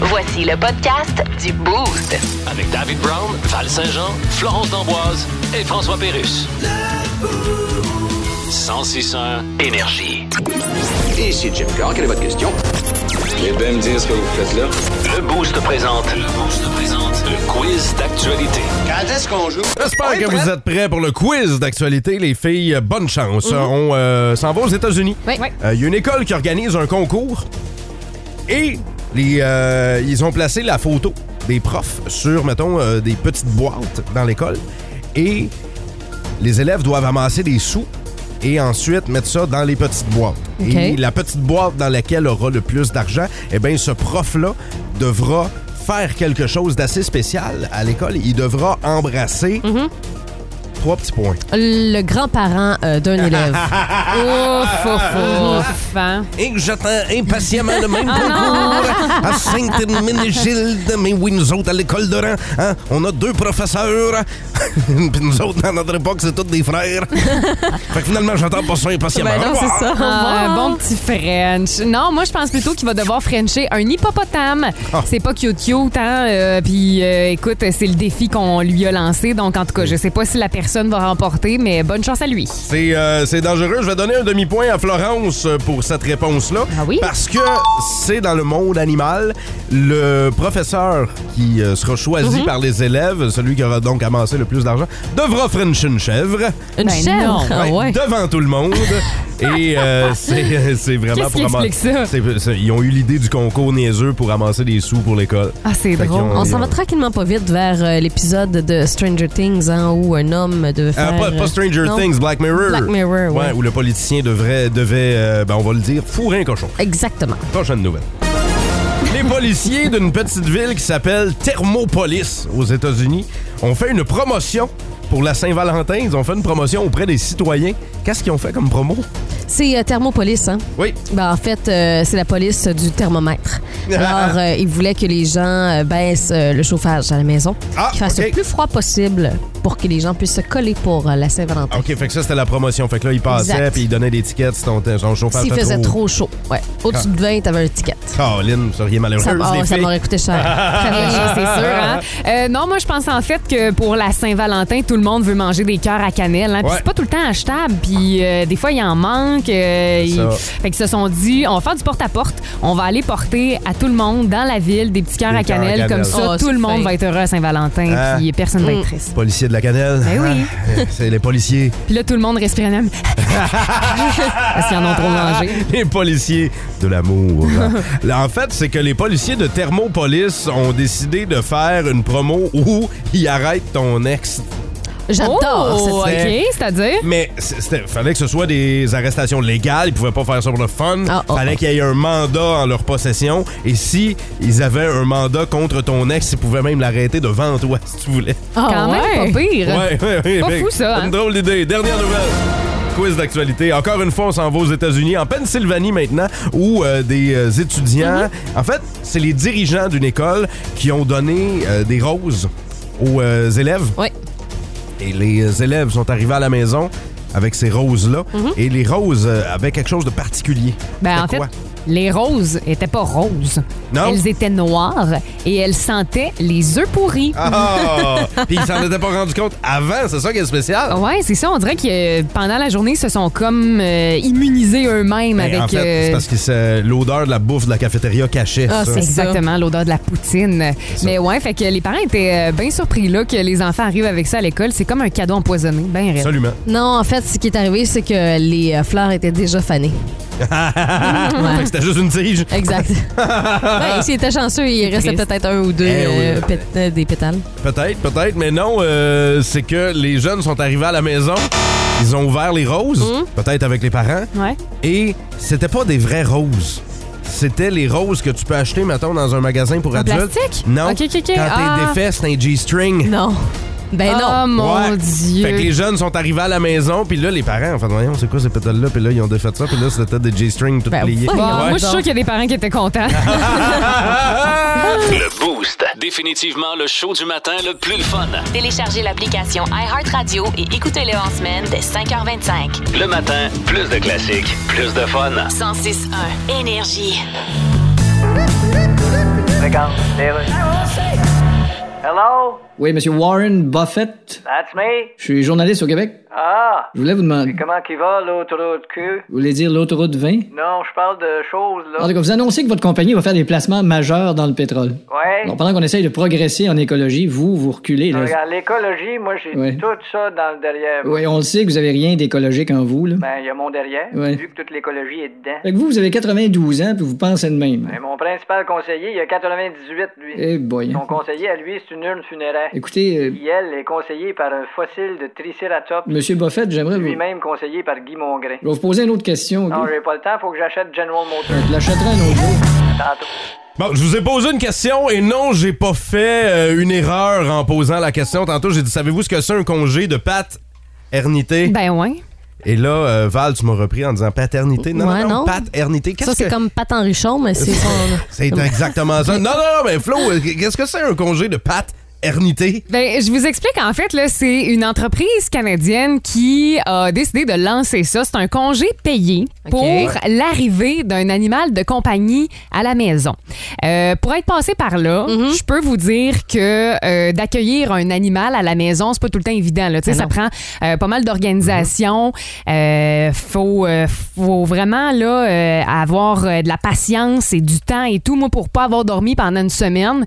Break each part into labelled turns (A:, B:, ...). A: Voici le podcast du Boost.
B: Avec David Brown, Val Saint-Jean, Florence D'Amboise et François Pérus. 1061 Énergie.
C: Ici Jim Carr, quelle est votre question?
D: Eh bien, me dire ce que vous faites là.
B: Le Boost présente. Le Boost présente. Le quiz d'actualité.
C: Quand est-ce qu'on joue?
E: J'espère
C: On est
E: que
C: prêts?
E: vous êtes prêts pour le quiz d'actualité, les filles. euh, Bonne chance.
F: Mhm.
E: On euh, s'en va aux États-Unis.
F: Oui.
E: Euh, Il y a une école qui organise un concours et les, euh, ils ont placé la photo des profs sur, mettons, euh, des petites boîtes dans l'école. Et les élèves doivent amasser des sous et ensuite mettre ça dans les petites boîtes.
F: OK.
E: Et la petite boîte dans laquelle aura le plus d'argent, eh bien, ce prof-là devra faire quelque chose d'assez spécial à l'école. Il devra embrasser trois petits points.
F: Le grand-parent euh, d'un élève. ouf, ouf, Ah, ouf.
G: Hein?
E: Et que j'attends impatiemment le même concours à Sainte-Ménégilde. Mais oui, nous autres, à l'école de rang, hein, on a deux professeurs. Puis nous autres, dans notre époque, c'est tous des frères. fait que finalement, j'attends pas ça impatiemment.
F: Ben non,
E: Au revoir.
F: c'est ça. Au
G: Ah, un
F: revoir.
G: bon petit French. Non, moi, je pense plutôt qu'il va devoir Frencher un hippopotame.
E: Ah.
G: C'est pas cute cute, hein? euh, Puis, euh, écoute, c'est le défi qu'on lui a lancé. Donc, en tout cas, je sais pas si la personne va remporter, mais bonne chance à lui.
E: C'est euh, c'est dangereux. Je vais donner un demi-point à Florence euh, pour cette réponse-là.
G: Ah oui?
E: Parce que c'est dans le monde animal, le professeur qui euh, sera choisi
G: Mhm.
E: par les élèves, celui qui aura donc amassé le plus d'argent, devra French une chèvre.
F: Une
G: Ben
F: chèvre.
G: non.
F: Ah
E: Ouais,
F: ouais.
E: devant tout le monde. Et euh, c'est c'est vraiment
G: Qu'est-ce qui
E: pour amasser.
G: explique ça?
E: c'est- c'est- ils ont eu l'idée du concours niaiseux pour amasser des sous pour l'école.
G: Ah, c'est
E: Fait qu'ils
G: drôle.
E: ont-
F: On s'en va tranquillement pas vite vers euh, l'épisode de Stranger Things hein, où un homme devait
E: Euh,
F: faire...
E: pas, pas Stranger
F: non.
E: Things, Black Mirror.
F: Black Mirror, ouais.
E: où le politicien devrait, devait, euh, ben, on va le dire, fourrer un cochon.
F: Exactement.
E: Prochaine nouvelle. Les policiers d'une petite ville qui s'appelle Thermopolis aux États-Unis ont fait une promotion pour la Saint-Valentin. Ils ont fait une promotion auprès des citoyens. Qu'est-ce qu'ils ont fait comme promo?
F: C'est euh, Thermopolis, hein?
E: Oui.
F: Ben, en fait, euh, c'est la police du thermomètre. Alors, euh, ils voulaient que les gens euh, baissent euh, le chauffage à la maison,
E: Ah,
F: qu'ils fassent
E: ok.
F: le plus froid possible pour que les gens puissent se coller pour euh, la Saint-Valentin.
E: OK, fait que ça, c'était la promotion. Fait que là, ils passaient
F: Exact.
E: puis ils donnaient des tickets si ton, son chauffeur
F: S'il
E: était
F: faisait trop chaud, ouais. Au-dessus
E: Ah.
F: de 20, t'avais un ticket.
E: Caroline, vous seriez malheureuse,
F: Ça, oh,
E: les
F: ça
E: filles.
F: m'aurait coûté cher.
G: c'est sûr. hein? Euh, non, moi, je pense en fait que pour la Saint-Valentin, tout le monde veut manger des cœurs à cannelle. Hein? Puis
E: Ouais.
G: c'est pas tout le temps achetable. Puis euh, des fois, il en manque. euh,
E: C'est
G: ils-
E: ça.
G: Fait qu'ils se sont dit, on va faire du porte-à-porte. On va aller porter à tout le monde dans la ville des petits cœurs
E: Des
G: à
E: cœurs à
G: cannelle.
E: cannelle.
G: Comme ça,
F: Oh,
G: tout
F: c'est
G: le monde
F: fin. Mm.
G: va être heureux à Saint-Valentin.
E: Ah.
G: Puis personne va être triste.
E: Policiers de la cannelle.
G: Ben oui.
E: Ah, C'est les policiers.
G: Puis là, tout le monde respire un homme. Parce qu'ils en ont trop mangé.
E: Ah, Les policiers de l'amour. hein. en fait, c'est que les policiers de Thermopolis ont décidé de faire une promo où ils arrêtent ton ex.
F: J'adore
G: Oh,
F: cette
E: scène.
G: OK, c'est-à-dire?
E: Mais il fallait que ce soit des arrestations légales. Ils pouvaient pas faire ça pour le fun.
F: Ah, oh,
E: fallait
F: oh.
E: qu'il y ait un mandat en leur possession. Et si ils avaient un mandat contre ton ex, ils pouvaient même l'arrêter devant toi si tu voulais.
F: Ah
G: Quand
F: ouais?
G: même pas pire.
E: Ouais, ouais, ouais.
G: Pas
E: Fait
G: fou,
E: que
G: ça,
E: Une
G: hein?
E: drôle d'idée. Dernière nouvelle. Quiz d'actualité. Encore une fois, on s'en va aux États-Unis, en Pennsylvanie maintenant, où euh, des euh, étudiants.
G: Mm-hmm.
E: En fait, c'est les dirigeants d'une école qui ont donné euh, des roses aux euh, élèves.
F: Oui.
E: Et les euh, élèves sont arrivés à la maison avec ces roses-là.
G: Mm-hmm.
E: Et les roses euh, avaient quelque chose de particulier.
G: Ben, en
E: C'était
G: fait,
E: quoi?
G: les roses étaient pas roses.
E: Non?
G: Elles étaient noires et elles sentaient les œufs pourris.
E: Ah! Puis ils s'en étaient pas rendus compte avant, c'est ça qui est spécial.
G: Ouais, c'est ça. On dirait que euh, pendant la journée, ils se sont comme euh, immunisés eux-mêmes
E: Ben,
G: avec.
E: en fait, c'est
G: euh,
E: parce que c'est l'odeur de la bouffe de la cafétéria cachait
F: Ah,
E: ça.
F: c'est ça.
G: Exactement, l'odeur de la poutine.
E: ça.
G: Mais ouais, fait que les parents étaient euh, bien surpris là que les enfants arrivent avec ça à l'école. C'est comme un cadeau empoisonné, ben raide.
E: Absolument.
F: Non, en fait, ce qui est arrivé, c'est que les euh, fleurs étaient déjà fanées.
E: Fait que C'était juste une tige.
F: Exact. ouais, et Ben, s'il était chanceux, il restait
G: triste.
F: peut-être un ou deux
E: Ah. Eh oui.
F: euh, pét- euh, des pétales.
E: Peut-être, peut-être, mais non, euh, c'est que les jeunes sont arrivés à la maison, ils ont ouvert les roses, peut-être avec les parents,
G: Mm. Ouais.
E: et c'était pas des vraies roses. C'était les roses que tu peux acheter, mettons, dans un magasin pour
G: En
E: adultes.
G: plastique?
E: Non.
G: Ok, ok, ok.
E: Quand
G: Ah.
E: t'es défait, c'est un G-string.
F: Non. Ben
G: Oh
F: non.
G: mon
E: Ouais.
G: Dieu.
E: Fait que les jeunes sont arrivés à la maison, puis là, les parents, en fait, voyons, c'est quoi ces pétales-là? Puis là, ils ont défait ça, puis là, c'était des G-string tout
F: Ben,
E: pliés.
F: voyons.
G: Bon,
F: Ouais.
G: moi, je suis sûre qu'il y a des parents qui étaient contents.
B: Le Boost. Définitivement le show du matin le plus le fun.
A: Téléchargez l'application iHeartRadio et écoutez-le en semaine dès 5h25.
B: Le matin, plus de classiques, plus de fun.
A: 106.1 Énergie.
H: Ben Hello?
I: Oui, monsieur Warren Buffett.
H: That's me?
I: Je suis journaliste au Québec.
H: Ah!
I: Je voulais vous demander.
H: Comment qui va l'autoroute Q?
I: Vous voulez dire l'autoroute 20?
H: Non, je parle de choses,
I: En
H: là.
I: tout cas, vous annoncez que votre compagnie va faire des placements majeurs dans le pétrole.
H: Ouais.
I: Alors, pendant qu'on essaye de progresser en écologie, vous, vous reculez. là.
H: Regarde, l'écologie, moi, j'ai
I: Ouais.
H: tout ça dans le derrière.
I: Oui, on le sait que vous avez rien d'écologique en vous. Là.
H: Ben, il y a mon derrière,
I: Ouais.
H: vu que toute l'écologie est dedans.
I: Fait que vous, vous avez 92 ans, puis vous pensez de même.
H: Mais mon principal conseiller, il a 98, lui.
I: Eh boy.
H: Son conseiller, à lui, c'est une urne funéraire.
I: Écoutez, euh,
H: Qui, elle, est conseillée par un fossile de Triceratops,
I: monsieur Buffett, j'aimerais vous...
H: lui-même conseillé par Guy Mongrain.
I: Je vais vous poser une autre question.
H: Non,
I: ok? Euh,
H: j'ai pas le temps, faut que j'achète General Motors.
I: Je l'achèterai un autre jour.
H: Tantôt.
E: Bon, je vous ai posé une question et non, j'ai pas fait euh, une erreur en posant la question. Tantôt, j'ai dit Savez-vous ce que c'est un congé de paternité
G: Ben ouais.
E: Et là, euh, Val, tu m'as repris en disant paternité. Non,
F: Ouais,
E: non, non,
F: non.
E: paternité.
F: Ça,
E: Qu'est-ce
F: c'est
E: que.
F: comme Pat Enrichon, mais c'est son.
E: C'est exactement ça. Non, non, non, mais Flo, euh, qu'est-ce que c'est un congé de paternité
G: Ben, je vous explique. En fait, là, c'est une entreprise canadienne qui a décidé de lancer ça. C'est un congé payé
F: Ok.
G: pour l'arrivée d'un animal de compagnie à la maison. Euh, pour être passé par là, je peux vous dire que euh, d'accueillir un animal à la maison, c'est pas tout le temps évident. Là. Tu
F: Ben
G: sais, ça
F: non.
G: prend euh, pas mal d'organisation. Euh, faut, euh, faut vraiment là, euh, avoir euh, de la patience et du temps et tout. Moi, pour pas avoir dormi pendant une semaine,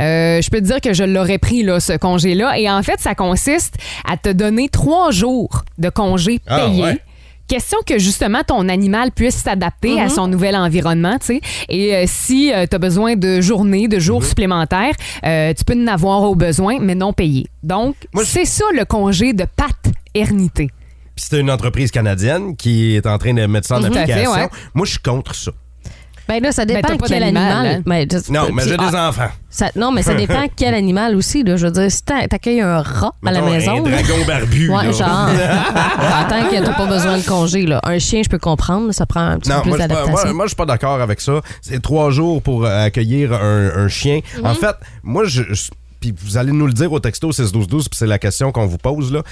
G: euh, je peux te dire que je l'aurais pris, là, ce congé-là. Et en fait, ça consiste à te donner trois jours de congé
E: Ah,
G: payé.
E: ouais.
G: Question que justement ton animal puisse s'adapter
E: Mm-hmm.
G: à son nouvel environnement, tu sais. Et euh, si tu as besoin de journées, de
E: Mm-hmm.
G: jours supplémentaires, euh, tu peux en avoir au besoin, mais non payé. Donc,
E: Moi, je-
G: c'est ça le congé de paternité.
E: Puis c'est une entreprise canadienne qui est en train de mettre ça en
G: Mhm. Tout à fait,
E: application.
G: ouais.
E: Moi, je suis contre ça.
F: Ben là, ça dépend
G: t'as pas
F: quel
G: d'animal,
F: animal.
G: hein?
F: Ben, tu-
E: Non, mais
F: tu-
E: j'ai
F: ah,
E: des enfants.
F: ça- non, mais ça dépend quel animal aussi. Là. Je veux dire, si t'a- t'accueilles un rat à la
E: Mettons,
F: maison.
E: Un
F: là-
E: dragon barbu.
F: Ouais,
E: là.
F: genre. en tant que t'as pas besoin de congé, là. Un chien, je peux comprendre, mais ça prend un petit
E: Non,
F: peu
E: moi, je
F: plus
E: suis pas- moi,
F: d'adaptation.
E: moi, je suis pas d'accord avec ça. C'est trois jours pour euh, accueillir un, un chien. En
G: Mhm.
E: fait, moi, je, je- puis vous allez nous le dire au texto 61212, puis c'est la question qu'on vous pose là.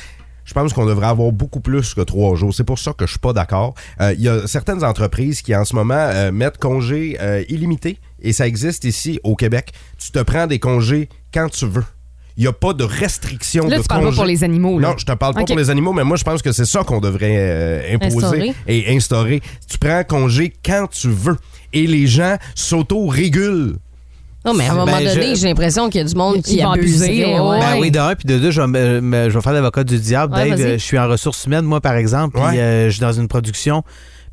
E: Je pense qu'on devrait avoir beaucoup plus que trois jours. C'est pour ça que je suis pas d'accord. Euh, Il y a certaines entreprises qui en ce moment euh, mettent congés euh, illimités et ça existe ici au Québec. Tu te prends des congés quand tu veux. Il n'y a pas de restriction
G: Là,
E: de
G: tu parles pas
E: congés.
G: pour les animaux, là.
E: Non, je te parle pas
G: Ok.
E: pour les animaux, mais moi, je pense que c'est ça qu'on devrait euh, imposer
F: Instaurer.
E: et instaurer. Tu prends congé quand tu veux. Et les gens s'auto-régulent.
F: Non, mais à un moment
J: Ben,
F: donné,
J: je-
F: j'ai l'impression qu'il y a du monde qui
G: Ils vont abuser,
F: abuserait.
G: ouais.
F: Eh ouais.
J: Ben oui, d'un, puis de deux, je vais, me- me- je vais faire l'avocat du diable.
F: Ouais,
J: Dave,
F: vas-y.
J: euh, je suis en ressources humaines, moi, par exemple, puis
E: Ouais.
J: euh, je suis dans une production,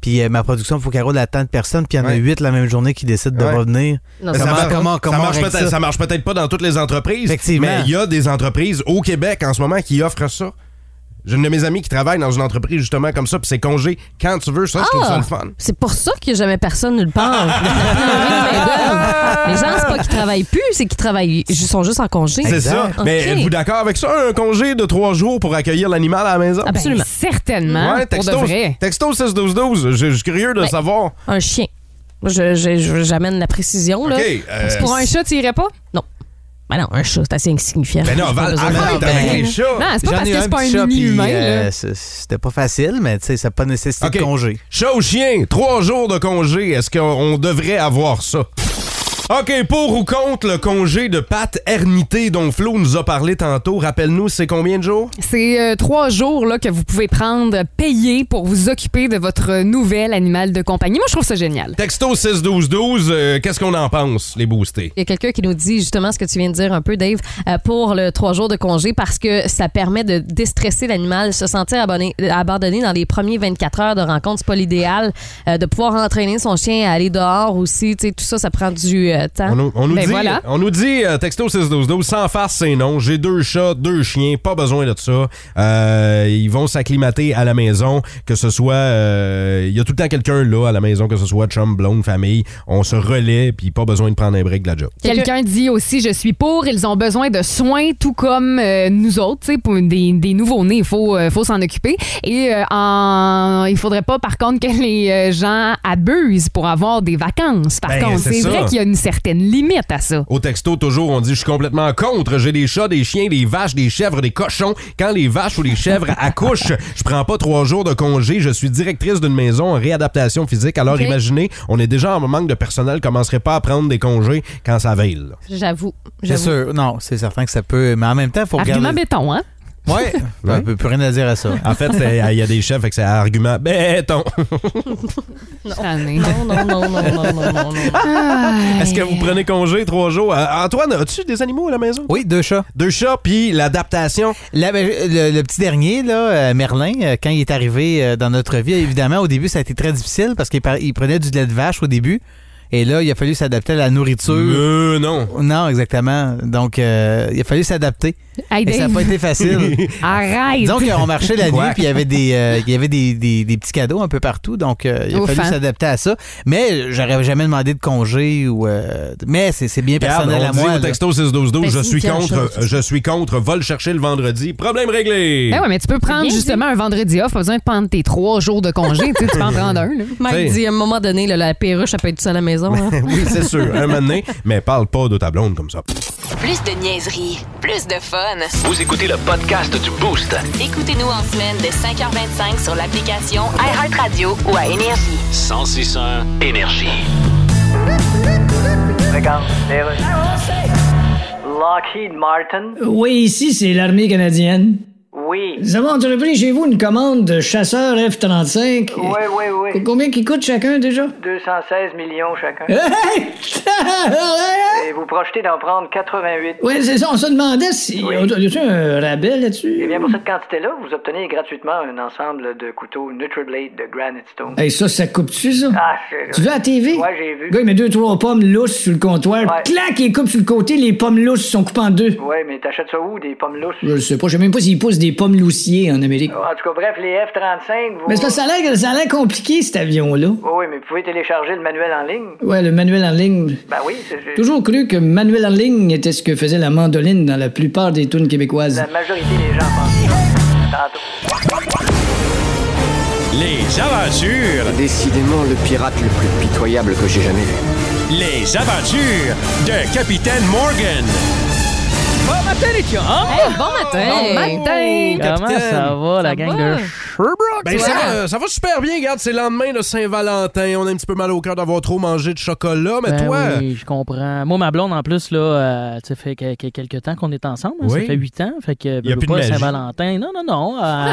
J: puis euh, ma production, il faut qu'elle roule à tant de personnes, puis il y en
E: Ouais.
J: a huit la même journée qui décident de
E: Ouais.
J: revenir.
F: Non,
E: ça
J: Comment-
E: marche,
J: comment- comment
E: ça marche
J: on règle
E: peut-être
J: ça?
E: ça marche peut-être pas dans toutes les entreprises.
J: Effectivement.
E: Mais il y a des entreprises au Québec en ce moment qui offrent ça. J'ai une de mes amies qui travaille dans une entreprise justement comme ça, puis c'est congé quand tu veux. Ça, je trouve ça le fun.
F: Ah! C'est pour ça qu'il n'y a jamais personne nulle part. La pénurie de main-d'œuvre. Les gens, c'est pas qu'ils travaillent plus, c'est qu'ils travaillent, ils sont juste en congé.
E: C'est ça.
F: Ok.
E: Mais êtes-vous d'accord avec ça, un congé de trois jours pour accueillir l'animal à la maison?
G: Ben,
F: Absolument.
G: certainement,
E: Ouais,
G: pour de
E: texto,
G: vrai.
E: texto 61212. Je je suis curieux de
F: Ouais.
E: savoir.
F: Un chien. Moi, je- je- je- J'amène la précision, là.
E: OK. euh,
G: Pour un chat, tu irais pas?
F: Ben non, un chat, c'est assez insignifiant.
E: ben non,
F: J'ai pas
E: Val,
F: besoin de-
E: arrête
J: de-
E: avec
J: Ben,
E: les chats.
G: Non, c'est
J: J'en
G: pas parce
J: ai
G: que
J: un
G: c'est pas un
J: petit chat, puis,
G: mini-humain.
J: euh,
G: là.
J: c'est- C'était pas facile, mais tu sais, ça n'a pas nécessité
E: Ok.
J: de congé.
E: Chat ou chien, trois jours de congé, est-ce qu'on devrait avoir ça? OK, pour ou contre le congé de paternité dont Flo nous a parlé tantôt, rappelle-nous, c'est combien de jours?
G: C'est euh, trois jours là, que vous pouvez prendre payés pour vous occuper de votre nouvel animal de compagnie. Moi, je trouve ça génial.
E: Texto 61212, euh, qu'est-ce qu'on en pense, les boostés?
F: Il y a quelqu'un qui nous dit justement ce que tu viens de dire un peu, Dave, euh, pour le trois jours de congé parce que ça permet de déstresser l'animal, se sentir abonné- abandonné dans les premiers 24 heures de rencontre, c'est pas l'idéal. euh, de pouvoir entraîner son chien à aller dehors aussi, tu sais, tout ça, ça prend du euh, temps.
E: On, nous- on nous
G: Ben
E: dit,
G: voilà.
E: on nous dit euh, texto 61212, sans farce, c'est non. J'ai deux chats, deux chiens, pas besoin de ça. Euh, ils vont s'acclimater à la maison, que ce soit... euh, Il y a tout le temps quelqu'un là à la maison, que ce soit chum, blonde, famille. On se relaie, puis pas besoin de prendre un break de la job.
G: Quelqu'un Quelqu'un dit aussi, je suis pour, ils ont besoin de soins, tout comme euh, nous autres, tu sais, pour des, des nouveaux-nés, il faut, euh, faut s'en occuper. Et euh, en- il faudrait pas, par contre, que les euh, gens abusent pour avoir des vacances. Par
E: Ben,
G: contre,
E: c'est
G: c'est
E: ça.
G: vrai qu'il y a une certaine limite à ça.
E: Au texto, toujours, on dit Je suis complètement contre. J'ai des chats, des chiens, des vaches, des chèvres, des cochons. Quand les vaches ou les chèvres accouchent, je prends pas trois jours de congé. Je suis directrice d'une maison en réadaptation physique. Alors
F: Ok.
E: imaginez, on est déjà en manque de personnel. Commencerait pas à prendre des congés quand ça veille. là.
F: J'avoue.
J: C'est
F: j'avoue.
J: sûr. Non, c'est certain que ça peut. Mais en même temps, il faut
G: Argument
J: regarder.
G: béton, hein?
J: Ouais.
E: Ouais.
J: On peut plus rien à dire à ça.
E: En fait, c'est- il y a des chefs, fait que c'est argument Ben, béton.
G: J'en ai.
F: Non, non, non, non, non, non, non, non.
E: Est-ce que vous prenez congé trois jours? Euh, Antoine, as-tu des animaux à la maison?
J: Oui, deux chats.
E: Deux chats, puis l'adaptation.
J: Là, ben, le, le petit dernier, là, euh, Merlin, euh, quand il est arrivé euh, dans notre vie, évidemment, au début, ça a été très difficile parce qu'il par- il prenait du lait de vache au début. Et là, il a fallu s'adapter à la nourriture.
E: Euh, non.
J: Non, exactement. Donc, euh, il a fallu s'adapter.
G: Hey,
J: Et ça n'a
G: Dave,
J: pas été facile.
G: arrête!
J: Disons qu'on marchait la nuit,
E: Ouais.
J: puis il y avait, des, euh, il y avait des, des- des petits cadeaux un peu partout. Donc, euh, il a
G: Ouf,
J: fallu
G: hein.
J: s'adapter à ça. Mais j'aurais jamais demandé de congé. ou euh, Mais c'est c'est bien
E: Regarde,
J: personnel
E: on
J: à
E: dit
J: moi.
E: au
J: là.
E: texto 612
F: Ben,
E: je
F: si,
E: suis
F: Pierre,
E: contre,
F: je-
E: je suis contre, va le chercher le vendredi, problème réglé.
G: Ben ouais, mais tu peux prendre
F: Bien dit.
G: justement un vendredi off, pas besoin de prendre tes trois jours de congé, tu sais, tu peux en prendre un. là.
E: T'sais. Ben
F: Mike dit à un moment donné, là, la perruche, elle peut être toute seule à la maison. hein.
E: oui, c'est sûr, un moment donné, mais parle pas de ta blonde comme ça.
A: Plus de niaiserie, plus de fun.
B: Vous écoutez le podcast du Boost.
A: Écoutez-nous en semaine de 5h25 sur l'application iHeartRadio ou à Énergie.
B: 1061 Énergie.
H: Regarde, les Russes. Lockheed Martin?
I: Euh, Oui, ici, c'est l'armée canadienne.
H: Oui.
I: Nous avons entrepris chez vous une commande de chasseurs F-35.
H: Oui, oui, oui.
I: Combien qui coûte chacun déjà?
H: 216 millions chacun. Et vous projetez d'en prendre 88.
I: ouais, c'est ça, on se demandait si.
H: Oui.
I: on- Y a-tu un rabais là-dessus?
H: Eh bien, pour cette quantité-là, vous obtenez gratuitement un ensemble de couteaux NutriBlade de Granite Stone.
I: Hey, ça, ça coupe-tu, ça?
H: Ah, c'est...
I: Tu veux à la TV?
H: Ouais, j'ai vu.
I: Le gars, il met deux, trois pommes lousses sur le comptoir.
H: Ouais.
I: Clac, il coupe sur le côté, les pommes lousses sont coupées en deux.
H: Ouais, mais t'achètes ça où, des pommes lousses?
I: Je sais pas, je sais même pas s'ils poussent des pommes loussiers en Amérique.
H: En tout cas, bref, les F-35, vous...
I: Mais c'est parce que ça a l'air, ça a l'air compliqué, cet avion-là.
H: Oh, oui, mais vous pouvez télécharger le manuel en ligne.
I: Ouais, le manuel en ligne.
H: Ben oui, c'est... c'est-
I: Toujours cru que manuel en ligne était ce que faisait la mandoline dans la plupart des tunes québécoises.
H: La majorité des gens pensent ça. Tantôt.
K: Les aventures,
C: Décidément le pirate le plus pitoyable que j'ai jamais vu.
K: les aventures de Capitaine Morgan.
F: Hey, bon matin!
G: Bon matin!
J: Capitaine.
K: Oh,
F: va, la gang de
E: Ben, ça, va, ça va super bien, regarde, c'est le lendemain de Saint-Valentin, on a un petit peu mal au cœur d'avoir trop mangé de chocolat, mais
K: Ben
E: toi...
K: oui, je comprends. Moi, ma blonde, en plus, là, euh, ça fait que- que- quelques temps qu'on est ensemble. hein.
E: Oui.
K: Ça fait huit ans. Fait que,
E: Il y a
K: veux
E: plus de
K: pas,
E: magie.
K: Saint-Valentin. Non, non, non. euh,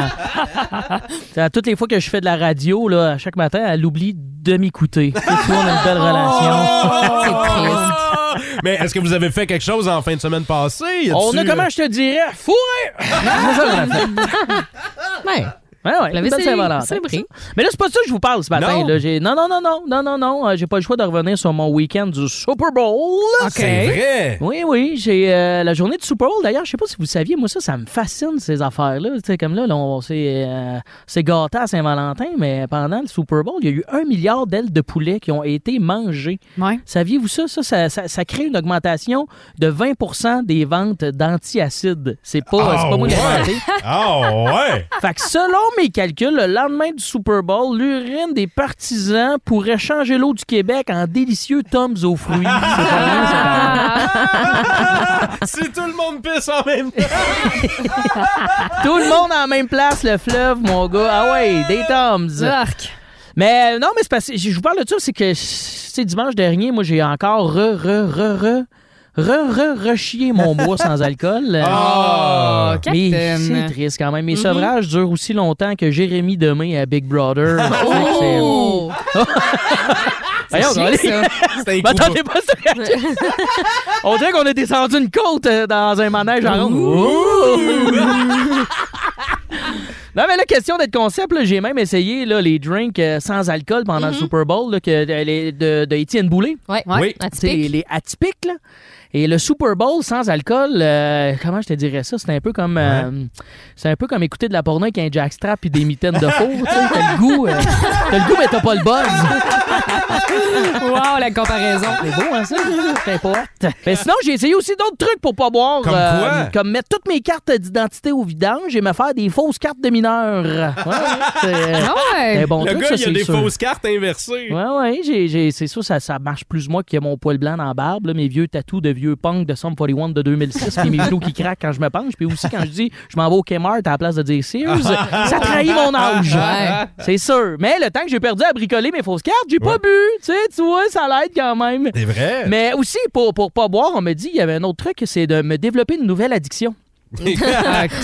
K: c'est à toutes les fois que je fais de la radio, là, à chaque matin, elle oublie de m'écouter. Tu sais, tu vois, on a une belle relation.
E: Oh! mais est-ce que vous avez fait quelque chose en fin de semaine passée? Y
K: On
E: a-tu-
K: a, comment je te dirais, fourré! C'est ça qu'on a fait.
F: Ouais.
K: Ouais, ouais,
F: La
K: une belle
F: vaisselle,
K: Saint-Valentin,
F: c'est vrai.
K: ça. Mais là, c'est pas de ça que je vous parle ce matin.
E: Non?
K: Non, là. J'ai- non, non, non, non, non, non, non. euh, j'ai pas le choix de revenir sur mon week-end du Super Bowl.
E: C'est vrai!
K: Oui, oui, j'ai euh, la journée de Super Bowl. D'ailleurs, je sais pas si vous saviez, moi, ça, ça me fascine, ces affaires-là. Tu sais, comme là, là, on s'est euh, s'est gâté à Saint-Valentin, mais pendant le Super Bowl, il y a eu un milliard d'ailes de poulet qui ont été mangées.
G: Ouais.
K: Saviez-vous ça? Ça, ça, ça- ça crée une augmentation de 20 des ventes d'antiacides. C'est pas,
E: Ah,
K: Oh, c'est pas moi qui l'ai
E: ouais.
K: inventé.
E: Ah ouais!
K: Fait que selon mes calculs, le lendemain du Super Bowl, l'urine des partisans pourrait changer l'eau du Québec en délicieux toms aux fruits. C'est pas rien, c'est pas rien.
E: si tout le monde pisse en même temps!
K: Tout le monde en même place, le fleuve, mon gars. Ah ouais, des toms.
G: Zork.
K: Mais euh, non, mais c'est parce que je vous parle de ça, c'est que c'est dimanche dernier, moi j'ai encore re re re re re re rechié mon bois sans alcool. Euh,
E: Ah!
K: Mais
G: Capitaine.
K: c'est triste quand même. Mes sevrages durent aussi longtemps que Jérémy Demé à Big Brother. oh!
G: Chier, ça.
E: C'était
K: Ben, attendez pas ça. On dirait qu'on a descendu une côte euh, dans un manège en rond. Ouh. Non, mais la question d'être concept, là, j'ai même essayé là, les drinks euh, sans alcool pendant le Super Bowl là, que, euh, les- de, de Étienne Boulay.
F: Mm-hmm. Ouais.
E: Oui.
K: Tu sais, Les,
F: Atypique.
K: les atypiques. Là. Et le Super Bowl sans alcool, euh, comment je te dirais ça? C'est un peu comme euh, c'est un peu comme écouter de la porno avec un jackstrap et des mitaines de peau. tu sais. T'as le goût, euh, t'as le goût, mais t'as pas le buzz.
G: Wow, la comparaison.
K: C'est beau, hein, ça? Peu importe. Mais sinon, j'ai essayé aussi d'autres trucs pour pas boire. euh,
E: Comme quoi?
K: Comme mettre toutes mes cartes d'identité au vidange et me faire des fausses cartes de mineur. Ouais, c'est- c'est un Euh, ben bon
E: le
K: truc,
E: gars,
K: ça,
E: il a
K: c'est
E: des
K: sûr.
E: fausses cartes inversées.
K: Ouais, ouais, j'ai- j'ai- c'est sûr, ça, ça marche plus moi que mon poil blanc dans la barbe, là, mes vieux tatous de vieux punk de Sum 41 de 2006, puis mes genoux qui craquent quand je me penche, puis aussi quand je dis je m'en vais au Kmart à la place de dire Sears, ça trahit mon âge.
L: Ouais.
K: C'est sûr. Mais le temps que j'ai perdu à bricoler mes fausses cartes, j'ai pas bu. Tu sais, tu vois, ça l'aide quand même.
E: C'est vrai.
K: Mais aussi, pour, pour pas boire, on me dit, il y avait un autre truc, c'est de me développer une nouvelle addiction.
L: OK.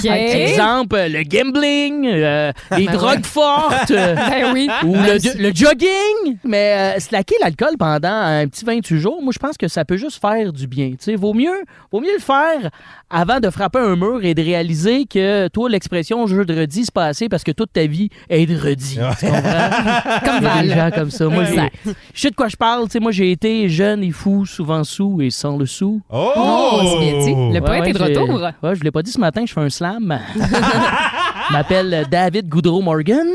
K: Exemple, le gambling, euh, les
L: Ben
K: drogues
L: oui.
K: fortes, euh,
L: Ben oui.
K: ou le,
L: Ben si.
K: le jogging. Mais euh, slacker l'alcool pendant un petit 28 jours, moi, je pense que ça peut juste faire du bien. Tu sais, vaut mieux, vaut mieux le faire avant de frapper un mur et de réaliser que, toi, l'expression jeu de redis, c'est pas assez parce que toute ta vie est de redis. Tu comprends?
L: Comme
K: Il y a des
L: Val.
K: gens comme ça. Moi, j'ai-
L: Exact.
K: je sais de quoi je parle. Tu sais, moi, j'ai été jeune et fou, souvent sous et sans le sou.
E: Oh!
L: Oh, c'est bien dit. Le poète est de retour.
K: Ouais, je l'ai pas dit ce matin, je fais un slam. Je m'appelle David Goudreau Morgan.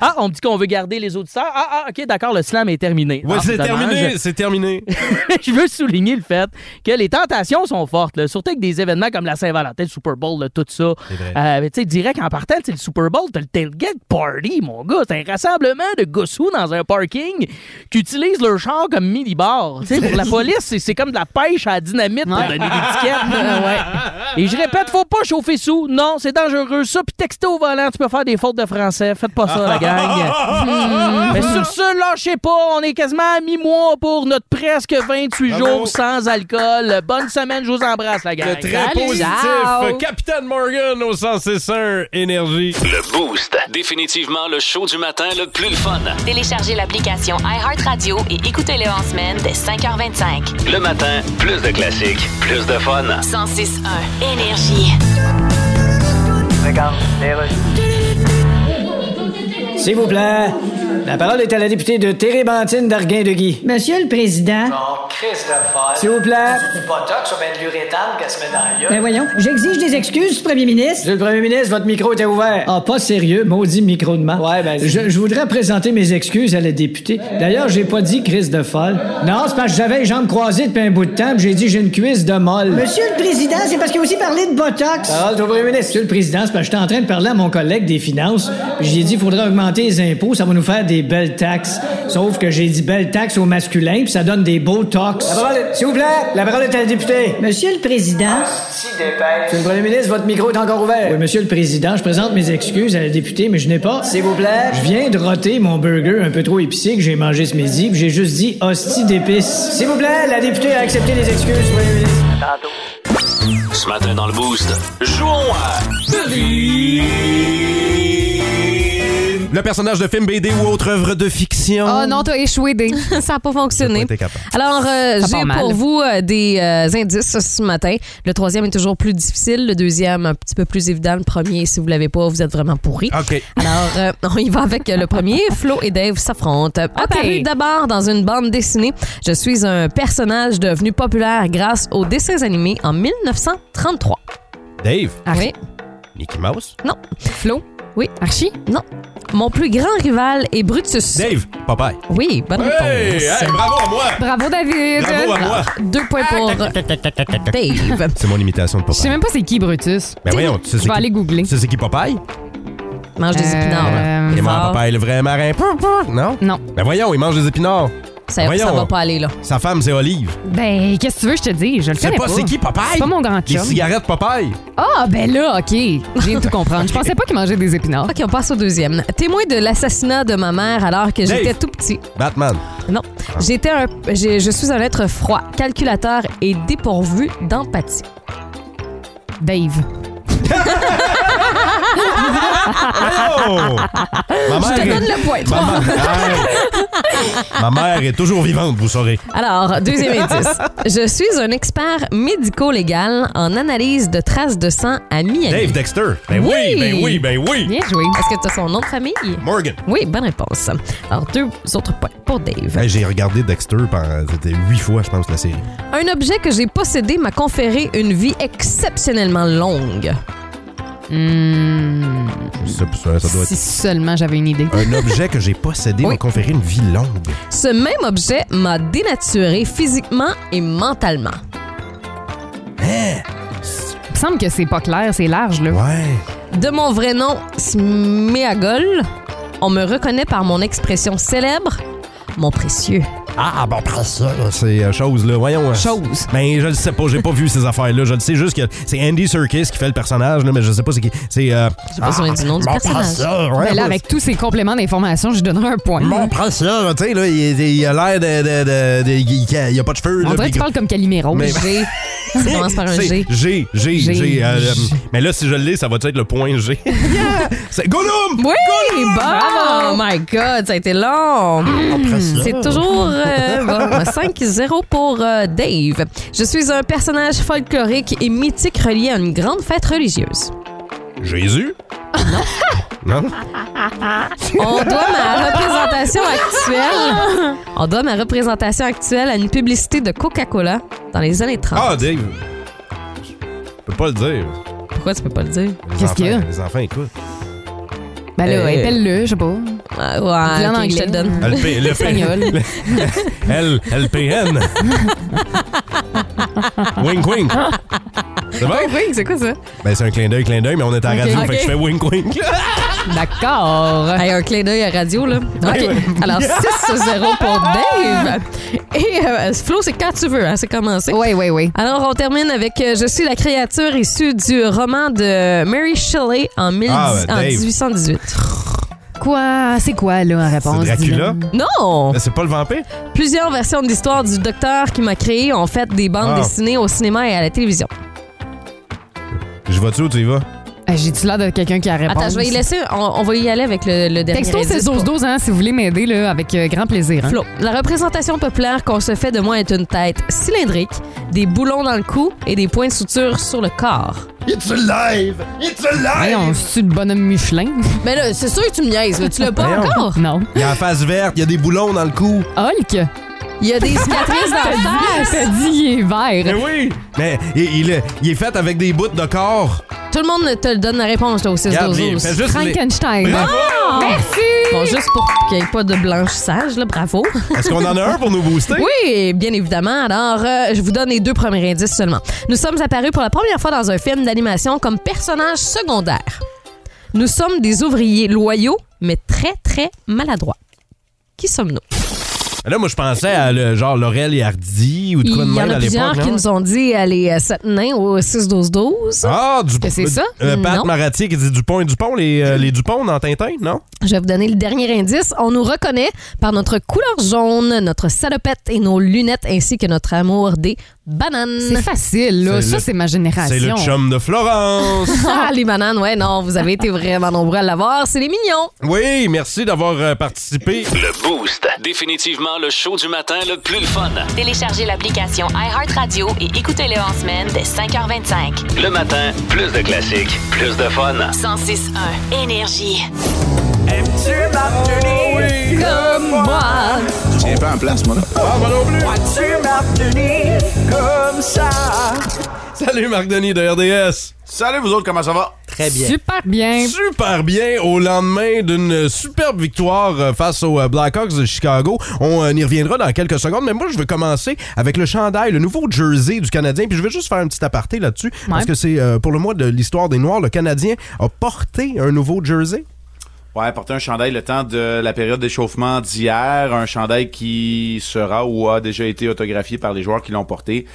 K: ah, on me dit qu'on veut garder les auditeurs. Ah, ah, ok, d'accord, le slam est terminé.
E: Ouais,
K: Ah,
E: c'est
K: dommage.
E: terminé, c'est terminé.
K: je veux souligner le fait que les tentations sont fortes, là, surtout avec des événements comme la Saint-Valentin, le Super Bowl, là, tout ça.
L: vrai.
K: Euh, mais tu sais, direct en partant, c'est le Super Bowl, t'as le tailgate party, mon gars. C'est un rassemblement de gossous dans un parking qui utilisent leur char comme mini-bar. Tu sais, pour la police, c'est- c'est comme de la pêche à la dynamite pour
L: Ouais.
K: donner des tickets. Euh, ouais. Et je répète, faut pas chauffer sous. Non, c'est dangereux. Ça, puis texter au volant, tu peux faire des fautes de français. Faites pas ça, la gang. Mais sur ce, lâchez pas. On est quasiment à mi-mois pour notre presque 28 jours sans alcool. Bonne semaine, je vous embrasse, la gang.
E: Le très positif. Capitaine Morgan au 106.1 Énergie.
B: Le Boost. Définitivement le show du matin le plus le fun.
A: Téléchargez l'application iHeartRadio et écoutez-le en semaine dès 5h25.
B: Le matin, plus de classiques, plus de fun.
A: 106.1 Énergie.
H: Regarde, les Russes.
I: S'il vous plaît, la parole est à la députée de Térébentine d'Arguin-de-Guy.
M: Monsieur le Président,
H: Bon, crise d'affaires.
I: S'il vous plaît.
H: Du botox ou bien de l'urétane qu'elle se met dans la gueule.
M: ben voyons, j'exige des excuses du Premier ministre.
I: Monsieur le premier ministre, votre micro était ouvert. Ah, pas sérieux, maudit micro de main. Ouais, ben... Je, je voudrais présenter mes excuses à la députée. D'ailleurs, j'ai pas dit crise de folle. Non, c'est parce que j'avais les jambes croisées depuis un bout de temps, puis j'ai dit j'ai une cuisse de molle.
M: Monsieur le Président, c'est parce qu'il a aussi parlé de Botox.
I: Parole au premier ministre. Monsieur Ah, le Président, c'est parce que j'étais en train de parler à mon collègue des finances. puis J'ai dit, il faudrait augmenter les impôts, ça va nous faire des belles taxes. Sauf que j'ai dit belles taxes au masculin, puis ça donne des beaux tox. S'il vous plaît, la parole est à la députée.
M: Monsieur le Président,
I: Monsieur le Premier ministre, votre micro est encore ouvert. Oui, Monsieur le Président, je présente mes excuses à la députée, mais je n'ai pas. S'il vous plaît. Je viens de roter mon burger un peu trop épicé que j'ai mangé ce midi, puis j'ai juste dit hostie d'épices. S'il vous plaît, la députée a accepté les excuses, Premier ministre.
B: Ce matin dans le Boost, jouons à
E: Le personnage de film BD ou autre œuvre de fiction.
F: Oh non, t'as échoué, Dave. Ça n'a pas fonctionné.
E: T'es capable.
F: Alors,
E: Ça
F: euh,
E: part
F: j'ai
E: mal.
F: pour vous euh, des euh, indices ce matin. Le troisième est toujours plus difficile. Le deuxième, un petit peu plus évident. Le premier, si vous l'avez pas, vous êtes vraiment pourri.
E: OK.
F: Alors, euh, on y va avec le premier. Flo et Dave s'affrontent. Apparu d'abord dans une bande dessinée, je suis un personnage devenu populaire grâce aux dessins animés en 1933.
E: Dave.
F: Oui.
E: Mickey Mouse.
F: Non. Flo? Oui. Archie? Non. Mon plus grand rival est Brutus.
E: Dave. Popeye.
F: Oui, bonne
E: Hey,
F: réponse.
E: hey, bravo hein. à moi.
G: Bravo, David.
E: Bravo à moi.
F: Deux points pour Dave.
E: C'est mon imitation de
G: Je sais
E: Popeye.
G: même pas c'est qui Brutus.
E: Ben voyons, tu sais
G: Je
E: c'est
G: vais
E: qui-
G: aller googler. Euh,
E: Tu sais c'est qui Popeye? Euh,
F: Mange des épinards.
E: Il mange Popeye, le vrai marin. Poum, poum. Non?
G: Non.
E: Ben voyons, il mange des épinards.
F: Ça,
E: Voyons.
F: ça va pas aller, là.
E: Sa femme, c'est Olive.
G: Ben, qu'est-ce que tu veux que je te dise? Je le
E: Tu sais
G: connais
E: pas c'est qui Popeye?
G: C'est pas mon grand
E: Les
G: chum.
E: cigarettes Popeye.
G: Ah, ben là, OK. Je viens de tout comprendre. Je pensais pas qu'il mangeait des épinards.
F: OK, on passe au deuxième. Témoin de l'assassinat de ma mère alors que
E: Dave.
F: j'étais tout petit.
E: Batman.
F: Non. J'étais un. j'ai- Je suis un être froid, calculateur et dépourvu d'empathie.
G: Dave.
E: Oh! Ma
F: Je te
E: mère
F: donne
E: est-
F: le point.
E: Ma mère- Ma mère est toujours vivante, vous saurez.
F: Alors, deuxième indice. Je suis un expert médico-légal en analyse de traces de sang à Miami.
E: Dave Dexter. Ben oui, ben oui, ben oui.
F: Bien joué. Est-ce que tu as son nom de famille?
E: Morgan.
F: Oui, bonne réponse. Alors, deux autres points pour Dave.
E: Ben, j'ai regardé Dexter pendant c'était huit fois, je pense, la série.
F: Un objet que j'ai possédé m'a conféré une vie exceptionnellement longue.
E: Ça, ça- ça doit
G: Hmm. Si
E: être
G: seulement j'avais une idée.
E: un objet que j'ai possédé m'a conféré une vie longue.
F: Ce même objet m'a dénaturé physiquement et mentalement.
E: Hein?
G: Il me semble que c'est pas clair, c'est large, là.
E: Ouais.
F: De mon vrai nom, Sméagol, on me reconnaît par mon expression célèbre, mon précieux.
E: Ah,
G: ben,
E: bon, après ça, ces euh, choses-là, voyons. euh,
F: Choses.
E: Ben, je le sais pas, j'ai pas vu ces affaires-là. Je le sais juste que c'est Andy Serkis qui fait le personnage, là, mais je sais pas c'est qui. C'est. Euh,
G: pas si on dit le nom du
E: mon
G: personnage.
E: précieux, ouais,
G: Mais Ben là,
E: ouais,
G: avec tous ces compléments d'information, je donnerai un point.
E: Mon précieux, tu sais, là, il, il a l'air de. de, de, de- il, il a pas de cheveux.
G: On
E: là,
G: dirait que
E: puis-
G: tu parles comme Calimero.
E: Mais- ben,
G: G. Ça commence par un
E: C'est
G: G.
E: G, G,
G: G.
E: G, euh, euh, mais là, si je l'ai, ça va être le point G. C'est Gollum! Ah,
F: Oui! Bravo! Oh my God, ça a été long!
E: précieux.
F: C'est toujours euh, bon, 5-0 pour euh, Dave. Je suis un personnage folklorique et mythique relié à une grande fête religieuse.
E: Jésus? Non. non?
F: Ah, On doit ma représentation actuelle. On doit ma représentation actuelle à une publicité de Coca-Cola dans les années 30.
E: Ah, Dave! Je peux pas le dire.
F: Pourquoi tu peux pas le dire? Euh,
E: Les
F: Qu'est-ce qu'il y a?
E: enfants- Les enfants écoutent.
G: Ben là,
E: Eh.
G: appelle-le, je sais pas.
F: Ouais, ouais,
G: Dis-le en
F: ok, je te
G: anglais.
F: le donne.
E: Ah, Le P- le P-
G: Espagnol.
E: L, LPN. wink wink. C'est bon?
F: Wink, wink, c'est quoi ça?
E: Ben, c'est un clin d'œil, clin d'œil, mais on est à la
F: Ok.
E: radio, fait
F: Ok.
E: que je fais wink wink.
F: D'accord. un clin d'œil à radio, là.
E: Ah,
F: OK. Alors, 6-0 pour Dave. Et euh, Flo, c'est quand tu veux, hein, c'est commencé.
G: Oui, oui, oui.
F: Alors, on termine avec euh, Je suis la créature issue du roman de Mary Shelley en, 1000
E: Ah, ben,
F: en
E: Dave.
F: 1818.
G: Quoi? C'est quoi, là, en réponse?
E: Dracula?
F: Non!
E: Ben, c'est pas le vampire?
F: Plusieurs versions de l'histoire du docteur qui m'a créé ont fait des bandes
E: Ah.
F: dessinées au cinéma et à la télévision.
E: Je vais-tu ou tu y vas?
G: Ah, J'ai-tu l'air de quelqu'un qui a répondu?
F: Attends, je vais y laisser. On, on va y aller avec le, le dernier.
G: Texto,
F: indice
G: c'est 12 12 hein, si vous voulez m'aider, là, avec euh, grand plaisir. hein.
F: Flo, la représentation populaire qu'on se fait de moi est une tête cylindrique, des boulons dans le cou et des points de suture sur le corps.
E: It's alive! It's
G: Voyons,
E: alive!
G: c'est-tu le bonhomme Michelin?
F: Mais là, c'est sûr que tu me niaises, là. Tu l'as pas
E: Voyons.
F: encore?
G: Non.
E: Il y a la face verte, il y a des boulons dans le cou.
G: Hulk?
F: Il y a des cicatrices dans
G: T'as
F: le
G: dit,
F: face.
G: t'as dit, il est
E: Mais
G: vert.
E: oui! Mais il, il est- il est fait avec des bouts de corps.
F: Tout le monde te le donne la réponse, là, au 6
E: Regarde,
F: 12
E: les- fais juste les-
G: Frankenstein.
E: Bravo!
F: Ah! Bon, juste pour qu'il n'y ait pas de blanchissage, là, bravo.
E: Est-ce qu'on en a un pour nous booster?
F: Oui, bien évidemment. Alors, euh, je vous donne les deux premiers indices seulement. Nous sommes apparus pour la première fois dans un film d'animation comme personnage secondaire. Nous sommes des ouvriers loyaux, mais très, très maladroits. Qui sommes-nous?
E: Là, moi, je pensais à le, genre Laurel et Hardy ou de
F: Il
E: quoi de
F: y en
E: même
F: a
E: à
F: plusieurs
E: l'époque.
F: qui
E: non?
F: nous ont dit euh, les euh, sept nains au 6-12-12.
E: Ah, du
G: Que c'est ça?
E: euh, Pat
F: Non.
E: Maratier qui dit Dupont et Dupont, les, euh, les Dupont dans Tintin, non?
F: Je vais vous donner le dernier indice. On nous reconnaît par notre couleur jaune, notre salopette et nos lunettes, ainsi que notre amour des bananes.
G: C'est facile, là.
E: C'est
G: Ça,
E: le-
G: c'est ma
E: C'est le
G: génération.
E: chum de Florence.
F: Ah, les bananes, ouais, non, vous avez été vraiment nombreux à l'avoir. C'est les mignons.
E: oui, merci d'avoir euh, participé.
B: Le Boost. Définitivement le show du matin le plus le fun.
A: Téléchargez l'application iHeartRadio et écoutez-le en semaine dès 5h25.
B: Le matin, plus de classiques, plus de fun.
A: 106.1 Énergie.
F: Comme moi.
D: Je tiens pas en place, moi, là.
E: Salut Marc Denis de RDS.
N: Salut vous autres, comment ça va?
J: Très bien.
G: Super bien.
E: Super bien au lendemain d'une superbe victoire euh, face aux euh, Blackhawks de Chicago. On euh, y reviendra dans quelques secondes, mais moi je veux commencer avec le chandail, le nouveau jersey du Canadien. Puis je vais juste faire un petit aparté là-dessus parce que c'est euh, pour le mois de l'histoire des Noirs, le Canadien a porté un nouveau jersey.
N: Ouais, porter un chandail le temps de la période d'échauffement d'hier, un chandail qui sera ou a déjà été autographié par les joueurs qui l'ont porté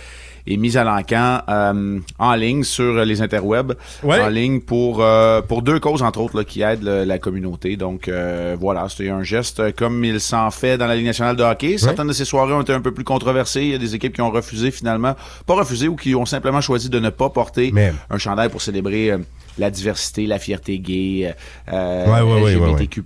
N: et mis à l'encan euh, en ligne sur les interwebs,
E: Ouais.
N: en ligne pour euh, pour deux causes entre autres là, qui aident le- la communauté. Donc euh, voilà, c'était un geste euh, comme il s'en fait dans la Ligue nationale de hockey. Certaines de ces soirées ont été un peu plus controversées. Il y a des équipes qui ont refusé finalement, pas refusé ou qui ont simplement choisi de ne pas porter
E: Mais-
N: un chandail pour célébrer euh, la diversité, la fierté gay, euh,
E: Ouais, ouais, ouais, ouais, ouais.
N: LGBTQ+,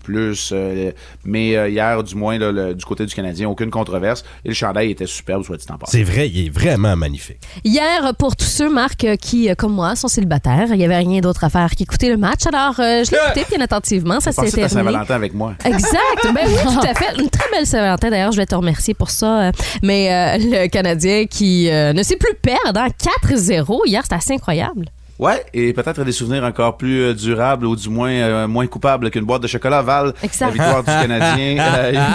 N: euh, mais euh, hier, du moins, là, le- du côté du Canadien, aucune controverse. Et le chandail était superbe, soit dit en passant.
E: C'est vrai, il est vraiment magnifique.
F: Hier, pour tous ceux, Marc, euh, qui, euh, comme moi, sont célibataires, il n'y avait rien d'autre à faire qu'écouter le match. Alors, euh, je l'ai écouté bien attentivement. Ça s'est
N: Pensez à
F: terminé.
N: Saint-Valentin avec moi.
F: Exact. Ben oui, tout à fait. Une très belle Saint-Valentin. D'ailleurs, je vais te remercier pour ça. euh, Mais euh, le Canadien qui euh, ne sait plus perdre, hein, 4-0 hier, c'est assez incroyable.
N: Ouais, et peut-être des souvenirs encore plus euh, durables ou du moins euh, moins coupables qu'une boîte de chocolat Val,
F: Exact.
N: la victoire du Canadien.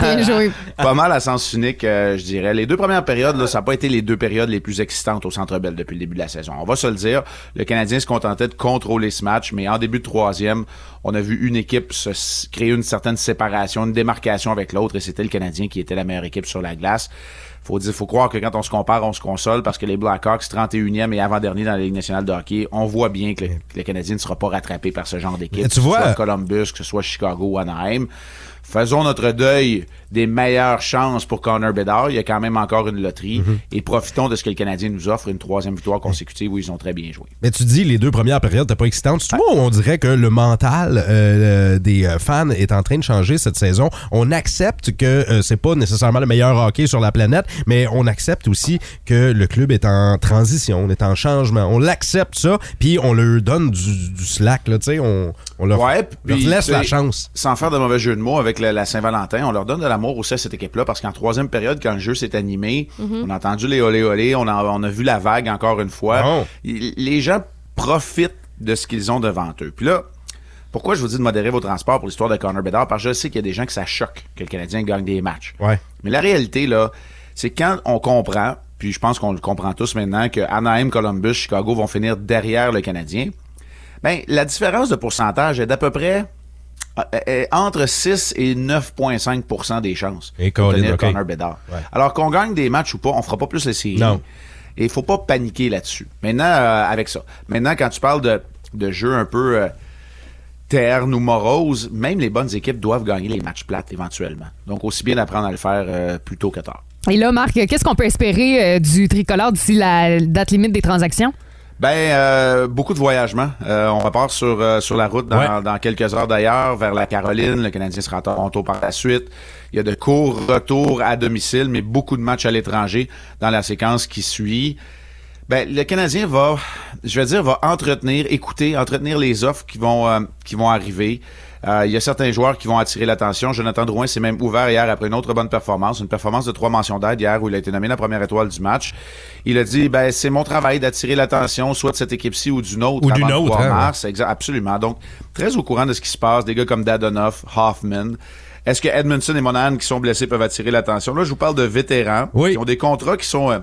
F: Bien joué.
N: Pas mal à sens unique, euh, je dirais. Les deux premières périodes, là, ça n'a pas été les deux périodes les plus excitantes au Centre Bell depuis le début de la saison. On va se le dire, le Canadien se contentait de contrôler ce match, mais en début de troisième, on a vu une équipe se s- créer une certaine séparation, une démarcation avec l'autre, et c'était le Canadien qui était la meilleure équipe sur la glace faut dire, faut croire que quand on se compare, on se console parce que les Blackhawks, 31e et avant-dernier dans la Ligue nationale de hockey, on voit bien que le, que le Canadien ne sera pas rattrapé par ce genre d'équipe.
E: Mais
N: Que ce
E: tu vois-
N: soit Columbus, que ce soit Chicago ou Anaheim. Faisons notre deuil des meilleures chances pour Connor Bedard. Il y a quand même encore une loterie.
E: Mhm.
N: Et profitons de ce que le Canadien nous offre, une troisième victoire consécutive où ils ont très bien joué.
E: Mais tu dis, les deux premières périodes, t'es pas excitante. Tu vois, on dirait que le mental euh, euh, des euh, fans est en train de changer cette saison. On accepte que euh, c'est pas nécessairement le meilleur hockey sur la planète, mais on accepte aussi que le club est en transition, on est en changement. On l'accepte ça, puis on leur donne du, du slack, là, tu sais. On, on leur,
N: Ouais,
E: leur
N: puis,
E: laisse
N: tu sais,
E: la chance.
N: Sans faire de mauvais jeu de mots avec la, la Saint-Valentin, on leur donne de l'amour aussi à cette équipe-là parce qu'en troisième période, quand le jeu s'est animé,
O: Mhm.
N: on a entendu les olé olé, on a, on a vu la vague encore une fois. Il- Les gens profitent de ce qu'ils ont devant eux. Puis là, pourquoi je vous dis de modérer vos transports pour l'histoire de Connor Bedard? Parce que je sais qu'il y a des gens que ça choque que le Canadien gagne des matchs. Mais la réalité, là, c'est quand on comprend, puis je pense qu'on le comprend tous maintenant, que Anaheim, Columbus, Chicago vont finir derrière le Canadien, ben, la différence de pourcentage est d'à peu près euh, euh, entre 6 et 9,5 des chances
E: Et
N: de
E: Colin,
N: tenir
E: ok.
N: Connor Bedard. Alors qu'on gagne des matchs ou pas, on fera pas plus les séries. Et il faut pas paniquer là-dessus. Maintenant, euh, avec ça. Maintenant, quand tu parles de, de jeu un peu... euh, terne ou morose, même les bonnes équipes doivent gagner les matchs plates éventuellement. Donc, aussi bien d'apprendre à le faire euh, plus tôt que tard.
G: Et là, Marc, qu'est-ce qu'on peut espérer euh, du tricolore d'ici la date limite des transactions?
N: Ben, euh, beaucoup de voyagements. Euh, on repart sur, euh, sur la route dans, dans quelques heures d'ailleurs, vers la Caroline. Le Canadien sera à Toronto par la suite. Il y a de courts retours à domicile, mais beaucoup de matchs à l'étranger dans la séquence qui suit. Ben, le Canadien va, je vais dire, va entretenir, écouter, entretenir les offres qui vont, euh, qui vont arriver. Euh, Il y a certains joueurs qui vont attirer l'attention. Jonathan Drouin s'est même ouvert hier après une autre bonne performance, une performance de trois mentions d'aide hier où il a été nommé la première étoile du match. Il a dit, ben, c'est mon travail d'attirer l'attention soit de cette équipe-ci ou d'une autre.
E: Ou d'une
N: avant le
E: autre,
N: 3
E: hein,
N: mars. Exa- absolument. Donc, très au courant de ce qui se passe, des gars comme Dadonoff, Hoffman. Est-ce que Edmondson et Monahan qui sont blessés peuvent attirer l'attention? Là, je vous parle de vétérans qui ont des contrats qui sont euh,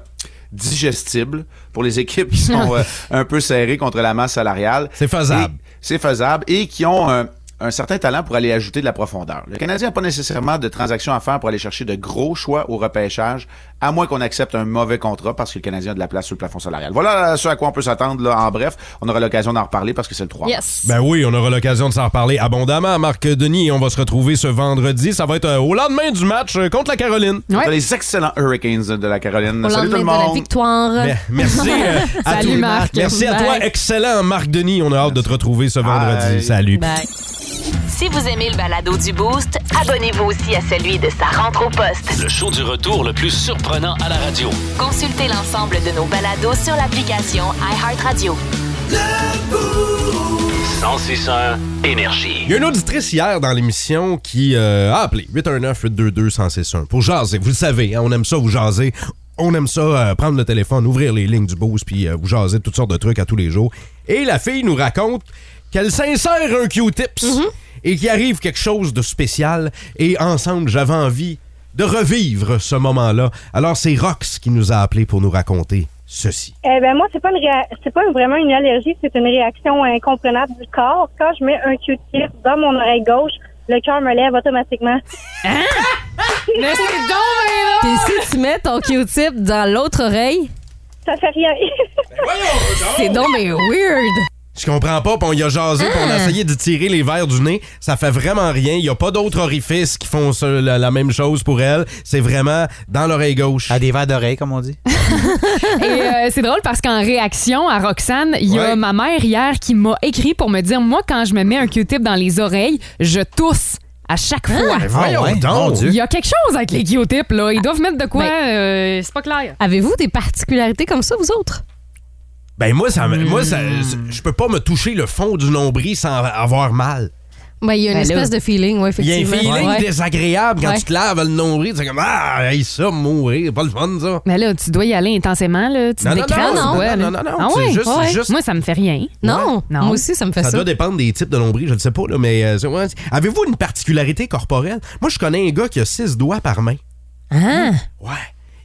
N: digestibles pour les équipes qui sont euh, un peu serrées contre la masse salariale.
E: C'est faisable.
N: Et- C'est faisable et qui ont un, un certain talent pour aller ajouter de la profondeur. Le Canadien n'a pas nécessairement de transactions à faire pour aller chercher de gros choix au repêchage, à moins qu'on accepte un mauvais contrat parce que le Canadien a de la place sur le plafond salarial. Voilà ce à quoi on peut s'attendre là, en bref. On aura l'occasion d'en reparler parce que c'est le 3 mars.
E: Ben oui, on aura l'occasion de s'en reparler abondamment. Marc Denis, on va se retrouver ce vendredi. Ça va être euh, au lendemain du match euh, contre la Caroline.
N: Contre Les excellents Hurricanes de la Caroline.
F: Au
N: Ben, Salut tout le
F: lendemain de la
N: monde.
F: victoire.
E: Mais- merci, euh, à
F: Salut
E: tous.
F: Marc.
E: Merci à toi.
F: Bye.
E: Excellent, Marc Denis. On a hâte de te retrouver ce vendredi. Salut.
F: Bye.
A: Si vous aimez le balado du Boost, abonnez-vous aussi à celui de sa rentre au poste.
B: Le show du retour le plus surprenant à la radio.
A: Consultez l'ensemble de nos balados sur l'application iHeartRadio.
B: 1061 Énergie.
E: Il y a une auditrice hier dans l'émission qui euh, a appelé 819-822-1061 pour jaser. Vous le savez, hein, on aime ça, vous jaser. On aime ça, euh, prendre le téléphone, ouvrir les lignes du boost, puis euh, vous jaser de toutes sortes de trucs à tous les jours. Et la fille nous raconte qu'elle s'insère un Q-tips et qu'il arrive quelque chose de spécial. Et ensemble, j'avais envie de revivre ce moment-là. Alors, c'est Rox qui nous a appelé pour nous raconter ceci.
P: Eh ben moi, c'est pas une réa- c'est pas vraiment une allergie, c'est une réaction incompréhensible du corps. Quand je mets un Q-tip dans mon oreille gauche, le cœur me lève automatiquement.
G: Hein? Mais c'est donc
F: Puis si tu mets ton Q-tip dans l'autre oreille,
P: ça fait rien.
N: Ben,
F: C'est donc mais weird.
E: Je comprends pas, puis on y a jasé, puis on
F: Ah.
E: a essayé de tirer les verres du nez. Ça fait vraiment rien. Il y a pas d'autres orifices qui font ça- la, la même chose pour elle. C'est vraiment dans l'oreille gauche. À
J: des verres d'oreille, comme on dit.
G: Et euh, c'est drôle parce qu'en réaction à Roxane, il y a ma mère hier qui m'a écrit pour me dire Moi, quand je me mets un Q-tip dans les oreilles, je tousse à chaque
F: Hein?
G: fois.
F: Mais voyons
G: Ah ouais,
F: donc.
G: mon Dieu. Il y a quelque chose avec les Q-tips, là. Ils doivent mettre de quoi
F: Ben,
G: euh, C'est pas clair.
F: Avez-vous des particularités comme ça, vous autres? Hmm.
E: Ben moi, ça, me- moi ça, je peux pas me toucher le fond du nombril sans avoir mal.
F: Ouais, il y a une
E: Ben là.
F: espèce de feeling, ouais,
E: Il y a un
F: effectivement.
E: feeling
F: Ouais.
E: désagréable quand
F: Ouais.
E: tu te laves à le nourrir. C'est comme Ah, hey, ça, mourir, pas le fun, ça.
G: Mais là, tu dois y aller intensément, là. Tu
E: Non, non,
G: décrases,
E: non,
G: tu dois,
E: non,
G: là.
E: non, non,
G: Ah
E: c'est
G: ouais?
E: juste-
G: Ouais.
E: juste-
G: Moi, ça me fait rien.
F: Non,
G: non.
F: moi aussi, ça me fait ça.
E: doit dépendre des types de lombriques, je ne sais pas, là, mais euh, c'est- ouais, c'est- avez-vous une particularité corporelle? Moi, je connais un gars qui a six doigts par main.
G: Ah!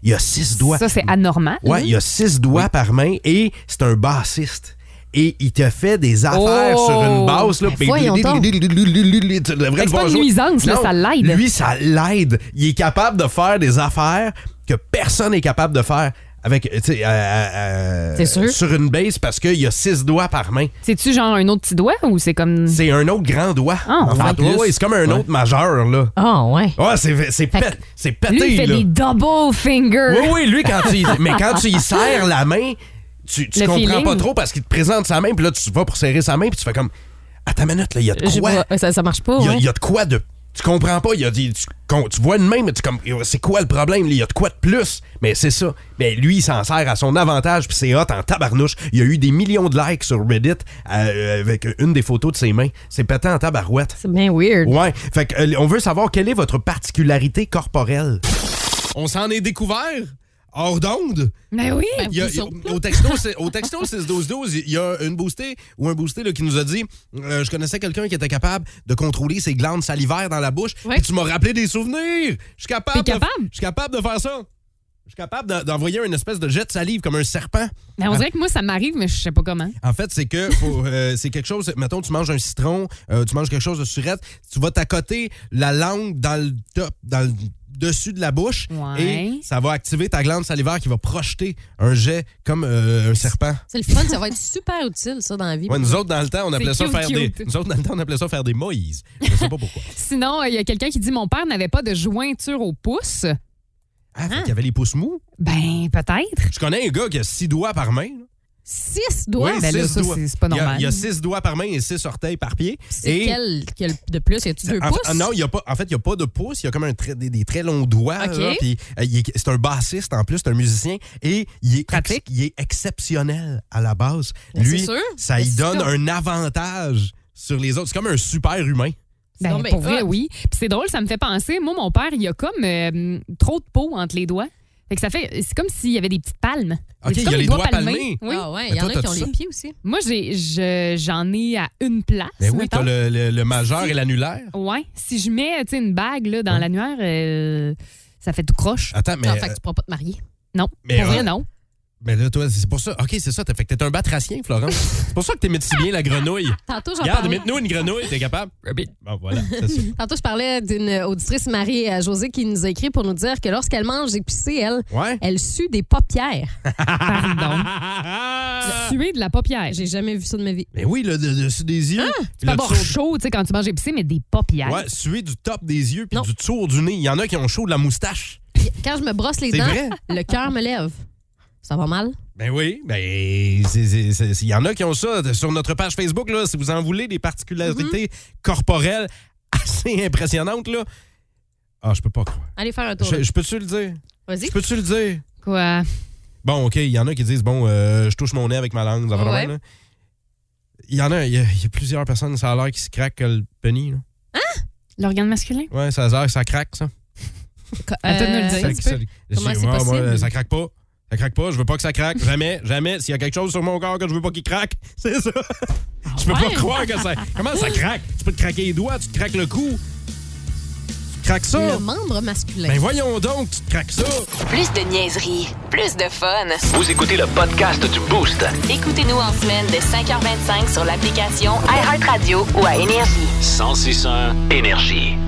E: Il a six doigts.
G: Ça, c'est anormal.
E: Ouais, il a six doigts par main et c'est un bassiste. Et il te fait des affaires
G: Oh!
E: sur une basse. Là,
G: Ben
E: puis-
G: voyons
E: Tu
G: donc.
E: devrais
G: Fait
E: le
G: que c'est
E: voir
G: pas une
E: jouer.
G: nuisance, là,
E: Non,
G: ça l'aide.
E: Lui, ça l'aide. Il est capable de faire des affaires que personne n'est capable de faire avec, tu sais, euh, euh,
G: C'est sûr.
E: sur une base parce qu'il y a six doigts par main.
G: C'est-tu genre un autre petit doigt ou c'est comme.
E: C'est un autre grand doigt.
G: Ah,
E: En fait,
G: ouais.
E: ouais, ouais, c'est comme un autre majeur, là.
F: Ah, ouais.
E: Ouais, c'est c'est
G: Fait
E: pét-
G: que
E: c'est
G: Lui,
E: pété,
G: il fait
E: là.
G: des double fingers.
E: Oui, oui, lui, quand tu, mais quand tu y serres la main, tu, tu
G: Le
E: comprends
G: feeling.
E: pas trop parce qu'il te présente sa main, puis là, tu vas pour serrer sa main, puis tu fais comme à ta minute, là, il y a de
F: J'ai
E: quoi.
F: pas- ça, ça marche pas.
E: Il y a-
F: euh, ouais.
E: il y, a de quoi de. Tu comprends pas, il y a des- tu, con- tu vois une main, mais tu comme. C'est quoi le problème? là? Il y a de quoi de plus? Mais c'est ça. Mais lui, il s'en sert à son avantage, puis c'est hot en tabarnouche. Il y a eu des millions de likes sur Reddit euh, avec une des photos de ses mains. C'est pétant en tabarouette.
F: C'est bien weird.
E: Ouais. Fait que, euh, on veut savoir quelle est votre particularité corporelle. On s'en est découvert hors d'onde.
G: Mais oui.
E: Il y a- au texto, c'est- au texto 6-12-12, il y a une boostée ou un boosté là, qui nous a dit euh, Je connaissais quelqu'un qui était capable de contrôler ses glandes salivaires dans la bouche. Puis tu m'as rappelé des souvenirs. Je suis capable,
G: T'es
E: de-
G: capable?
E: Je suis capable de faire ça. Je suis capable d'en- d'envoyer une espèce de jet de salive comme un serpent.
G: Mais on dirait que moi, ça m'arrive, mais je sais pas comment.
E: En fait, c'est que faut, euh, c'est quelque chose. Mettons, tu manges un citron, euh, tu manges quelque chose de surette, tu vas t'accoter la langue dans le top, dans le dessus de la bouche,
G: Ouais.
E: et ça va activer ta glande salivaire qui va projeter un jet comme euh, un serpent.
F: C'est le fun, ça va être super utile, ça, dans la vie.
E: Ouais, nous autres dans le temps, on
G: C'est
E: appelait ça
G: cute,
E: faire
G: cute.
E: des. Nous autres dans le temps, on appelait ça faire des moïses. Je sais pas pourquoi.
G: Sinon, euh, il y a quelqu'un qui dit Mon père n'avait pas de jointure au pouce.
E: Ah, fait qu'il y avait les pouces mous.
G: Ben, peut-être.
E: Je connais un gars qui a six doigts par main. là.
F: Six
E: Oui,
F: doigts.
E: six doigts.
G: Ben c'est pas
E: Il y a-
G: normal.
E: Il y, a six doigts par main et six orteils par pied.
F: C'est
E: Et-
F: quel, quel de plus? Y a-tu deux
E: En-
F: pouces?
E: Non, il y a pas, en fait, il n'y a pas de pouce. Il y a comme un très- des, des très longs doigts.
F: OK.
E: là, puis, euh, il est- c'est un bassiste en plus, c'est un musicien. Et il est, ex- il est exceptionnel à la base.
F: Ben,
E: Lui,
F: c'est sûr.
E: ça
F: Ben,
E: y
F: c'est
E: donne
F: sûr.
E: un avantage sur les autres. C'est comme un super humain.
G: Ben,
F: Non, mais
G: pour vrai,
F: hot.
G: oui. Puis c'est drôle, ça me fait penser. Moi, mon père, il a comme euh, trop de peau entre les doigts. Fait que ça fait. C'est comme s'il y avait des petites palmes.
E: OK, il
G: C'est
E: y
G: comme
E: a
G: les
E: les doigts palmés.
G: Oui.
F: Ah ouais,
E: Mais
F: il y
E: toi,
F: en a qui ont
E: t'as-tu
F: les
E: ça?
F: pieds aussi.
G: Moi, j'ai, je- j'en ai à une place.
E: Mais Ben oui,
G: mettons.
E: t'as le, le- le majeur et l'annulaire.
G: Ouais. Si je mets tu sais, une bague là, dans l'annuaire, euh, ça fait tout croche.
E: Attends, mais,
F: Ah, fait que
E: euh,
F: tu pourras pas te marier.
G: Non.
E: mais,
G: pour vrai,
E: euh,
G: non.
E: mais là, toi, c'est pour ça. OK, c'est ça. t'as- Fait que t'es un batracien, Florence. c'est pour ça que t'es si bien la grenouille.
F: Tantôt, j'en
E: Regarde,
F: parlais.
E: mets-nous une grenouille. T'es capable? Bon, voilà, c'est ça.
F: Tantôt, je parlais d'une auditrice Marie-Josée qui nous a écrit pour nous dire que lorsqu'elle mange épicé, elle,
E: Ouais.
F: elle sue des paupières.
G: Pardon. Suer de la paupière. Ah!
F: J'ai jamais vu ça de ma vie.
E: Mais Ben oui, le le- dessus des
F: Ah,
E: yeux. puis
G: Tu peux
E: le
G: avoir
E: dessous-
G: chaud tu sais, quand tu manges épicé, mais des paupières.
E: Ouais, suer du top des yeux puis du tour du nez. Il y en a qui ont chaud de la moustache.
F: Puis Quand je me brosse les
E: C'est
F: dents,
E: vrai?
F: le cœur me lève. Ça va mal?
E: Ben oui, ben c'est- c'est- c'est- il y en a qui ont ça sur notre page Facebook là, si vous en voulez des particularités corporelles assez impressionnantes là. Ah, je peux pas croire.
F: Allez faire un tour.
E: Je, je peux-tu le dire
F: Vas-y.
E: Je peux-tu le dire
G: Quoi?
E: Bon, OK, il y en a qui disent bon, euh, je touche mon nez avec ma langue, ça va de
F: Ouais.
E: même, là. Il y en a, il y, a il y a plusieurs personnes, ça a l'air qui se craquent le penny. Là.
G: Hein? L'organe masculin?
E: Ouais, ça a l'air que ça craque, ça.
G: À toi de nous le dire.
E: Euh, Ça-
G: un petit peu.
E: ça-
G: Euh, Comment
E: j'ai-
G: c'est
E: moi, moi,
G: possible?
E: ça craque pas. Ça craque pas, je veux pas que ça craque. Jamais, jamais. S'il y a quelque chose sur mon corps que je veux pas qu'il craque, c'est ça.
G: Ah
E: je peux pas
F: ouais?
E: croire que ça. Comment ça craque? Tu peux te craquer les doigts, tu te craques le cou. Tu te craques ça.
F: Le membre masculin.
E: Ben voyons donc, tu te craques ça.
A: Plus de niaiserie, plus de fun.
B: Vous écoutez le podcast du Boost.
A: Écoutez-nous en semaine de 5h25 sur l'application iHeartRadio ou à Énergie.
B: 1061 Énergie.